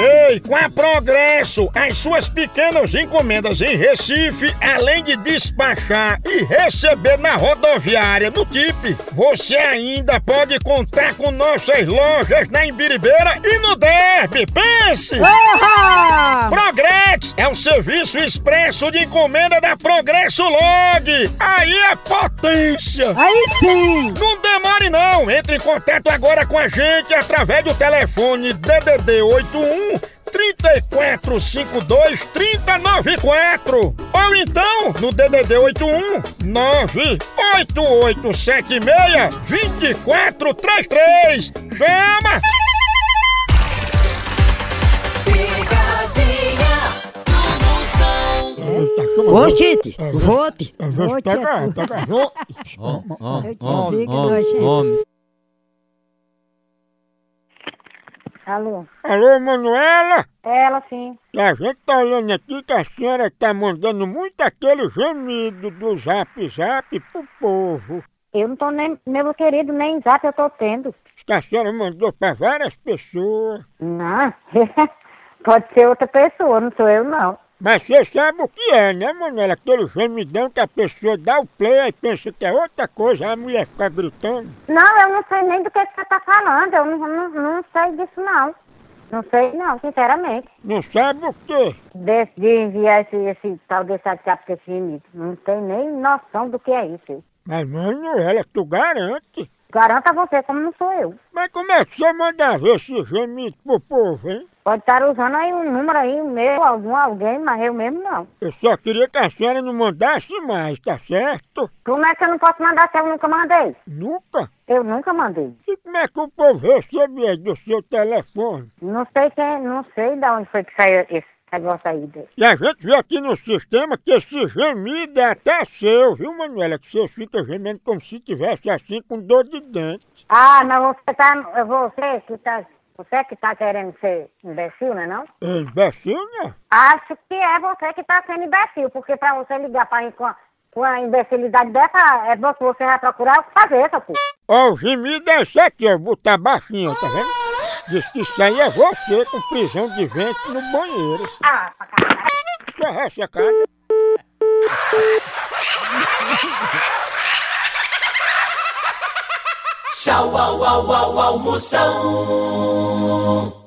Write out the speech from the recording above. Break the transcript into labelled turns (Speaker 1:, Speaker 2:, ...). Speaker 1: Ei, com a Progresso, as suas pequenas encomendas em Recife, além de despachar e receber na rodoviária no TIP, você ainda pode contar com nossas lojas na Imbiribeira e no Derby. Pense!
Speaker 2: Porra!
Speaker 1: Progresso é o serviço expresso de encomenda da Progresso Log. Aí é potência!
Speaker 2: Aí sim!
Speaker 1: Não demore não, entre em contato agora com a gente através do telefone DDD 81 3452 3094 ou então no DDD 81 98876 2433 chama
Speaker 3: Picadinha do Moção.
Speaker 2: Ô, Tite, vote! Vote!
Speaker 1: Pega, pega.
Speaker 4: Homem,
Speaker 2: Eu
Speaker 4: homem,
Speaker 2: te
Speaker 4: homem,
Speaker 2: digo, Rocha.
Speaker 4: homem, homem.
Speaker 5: Alô? É
Speaker 1: Alô Manuela
Speaker 5: Ela sim.
Speaker 1: E a gente tá olhando aqui que a senhora tá mandando muito aquele gemido do zap zap pro povo.
Speaker 5: Eu não tô nem, meu querido, nem zap eu tô tendo.
Speaker 1: Que a senhora mandou pra várias pessoas.
Speaker 5: Não. Pode ser outra pessoa, não sou eu não.
Speaker 1: Mas você sabe o que é, né, Manuela? Aquele gemidão que a pessoa dá o play e pensa que é outra coisa, aí a mulher fica gritando.
Speaker 5: Não, eu não sei nem do que que você tá falando. Eu não, não, não sei disso não. Não sei não, sinceramente.
Speaker 1: Não sabe o quê?
Speaker 5: Desse de enviar esse, esse tal desse WhatsApp pra esse menino. Não tem nem noção do que é isso.
Speaker 1: Mas, Manuela, tu garante.
Speaker 5: Garanta você como não sou eu.
Speaker 1: Mas como é que você manda ver esse gemido pro povo, hein?
Speaker 5: Pode estar usando aí um número aí, o meu, algum alguém, mas eu mesmo não.
Speaker 1: Eu só queria que a senhora não mandasse mais, tá certo?
Speaker 5: Como é que eu não posso mandar se eu nunca mandei?
Speaker 1: Nunca.
Speaker 5: Eu nunca mandei.
Speaker 1: E como é que o povo recebia do seu telefone?
Speaker 5: Não sei quem, não sei de onde foi que saiu esse negócio aí. dele.
Speaker 1: E a gente vê aqui no sistema que esse gemido é até seu, viu, Manuela? Que você fica gemendo como se tivesse assim com dor de dente.
Speaker 5: Ah, mas você tá, é você que tá, você que tá querendo ser imbecil, não é não?
Speaker 1: Ei, imbecil, né?
Speaker 5: Acho que é você que tá sendo imbecil, porque pra você ligar pra gente com a, com a imbecilidade dessa, é bom que você vai procurar o que fazer, seu cu.
Speaker 1: Ó, o gemido é esse aqui, ó, botar baixinho, tá vendo? Diz que isso aí é você com prisão de ventre no banheiro.
Speaker 5: Ah, pra caralho.
Speaker 1: Só essa cara.
Speaker 3: Tchau, au, au, au, au, Moção.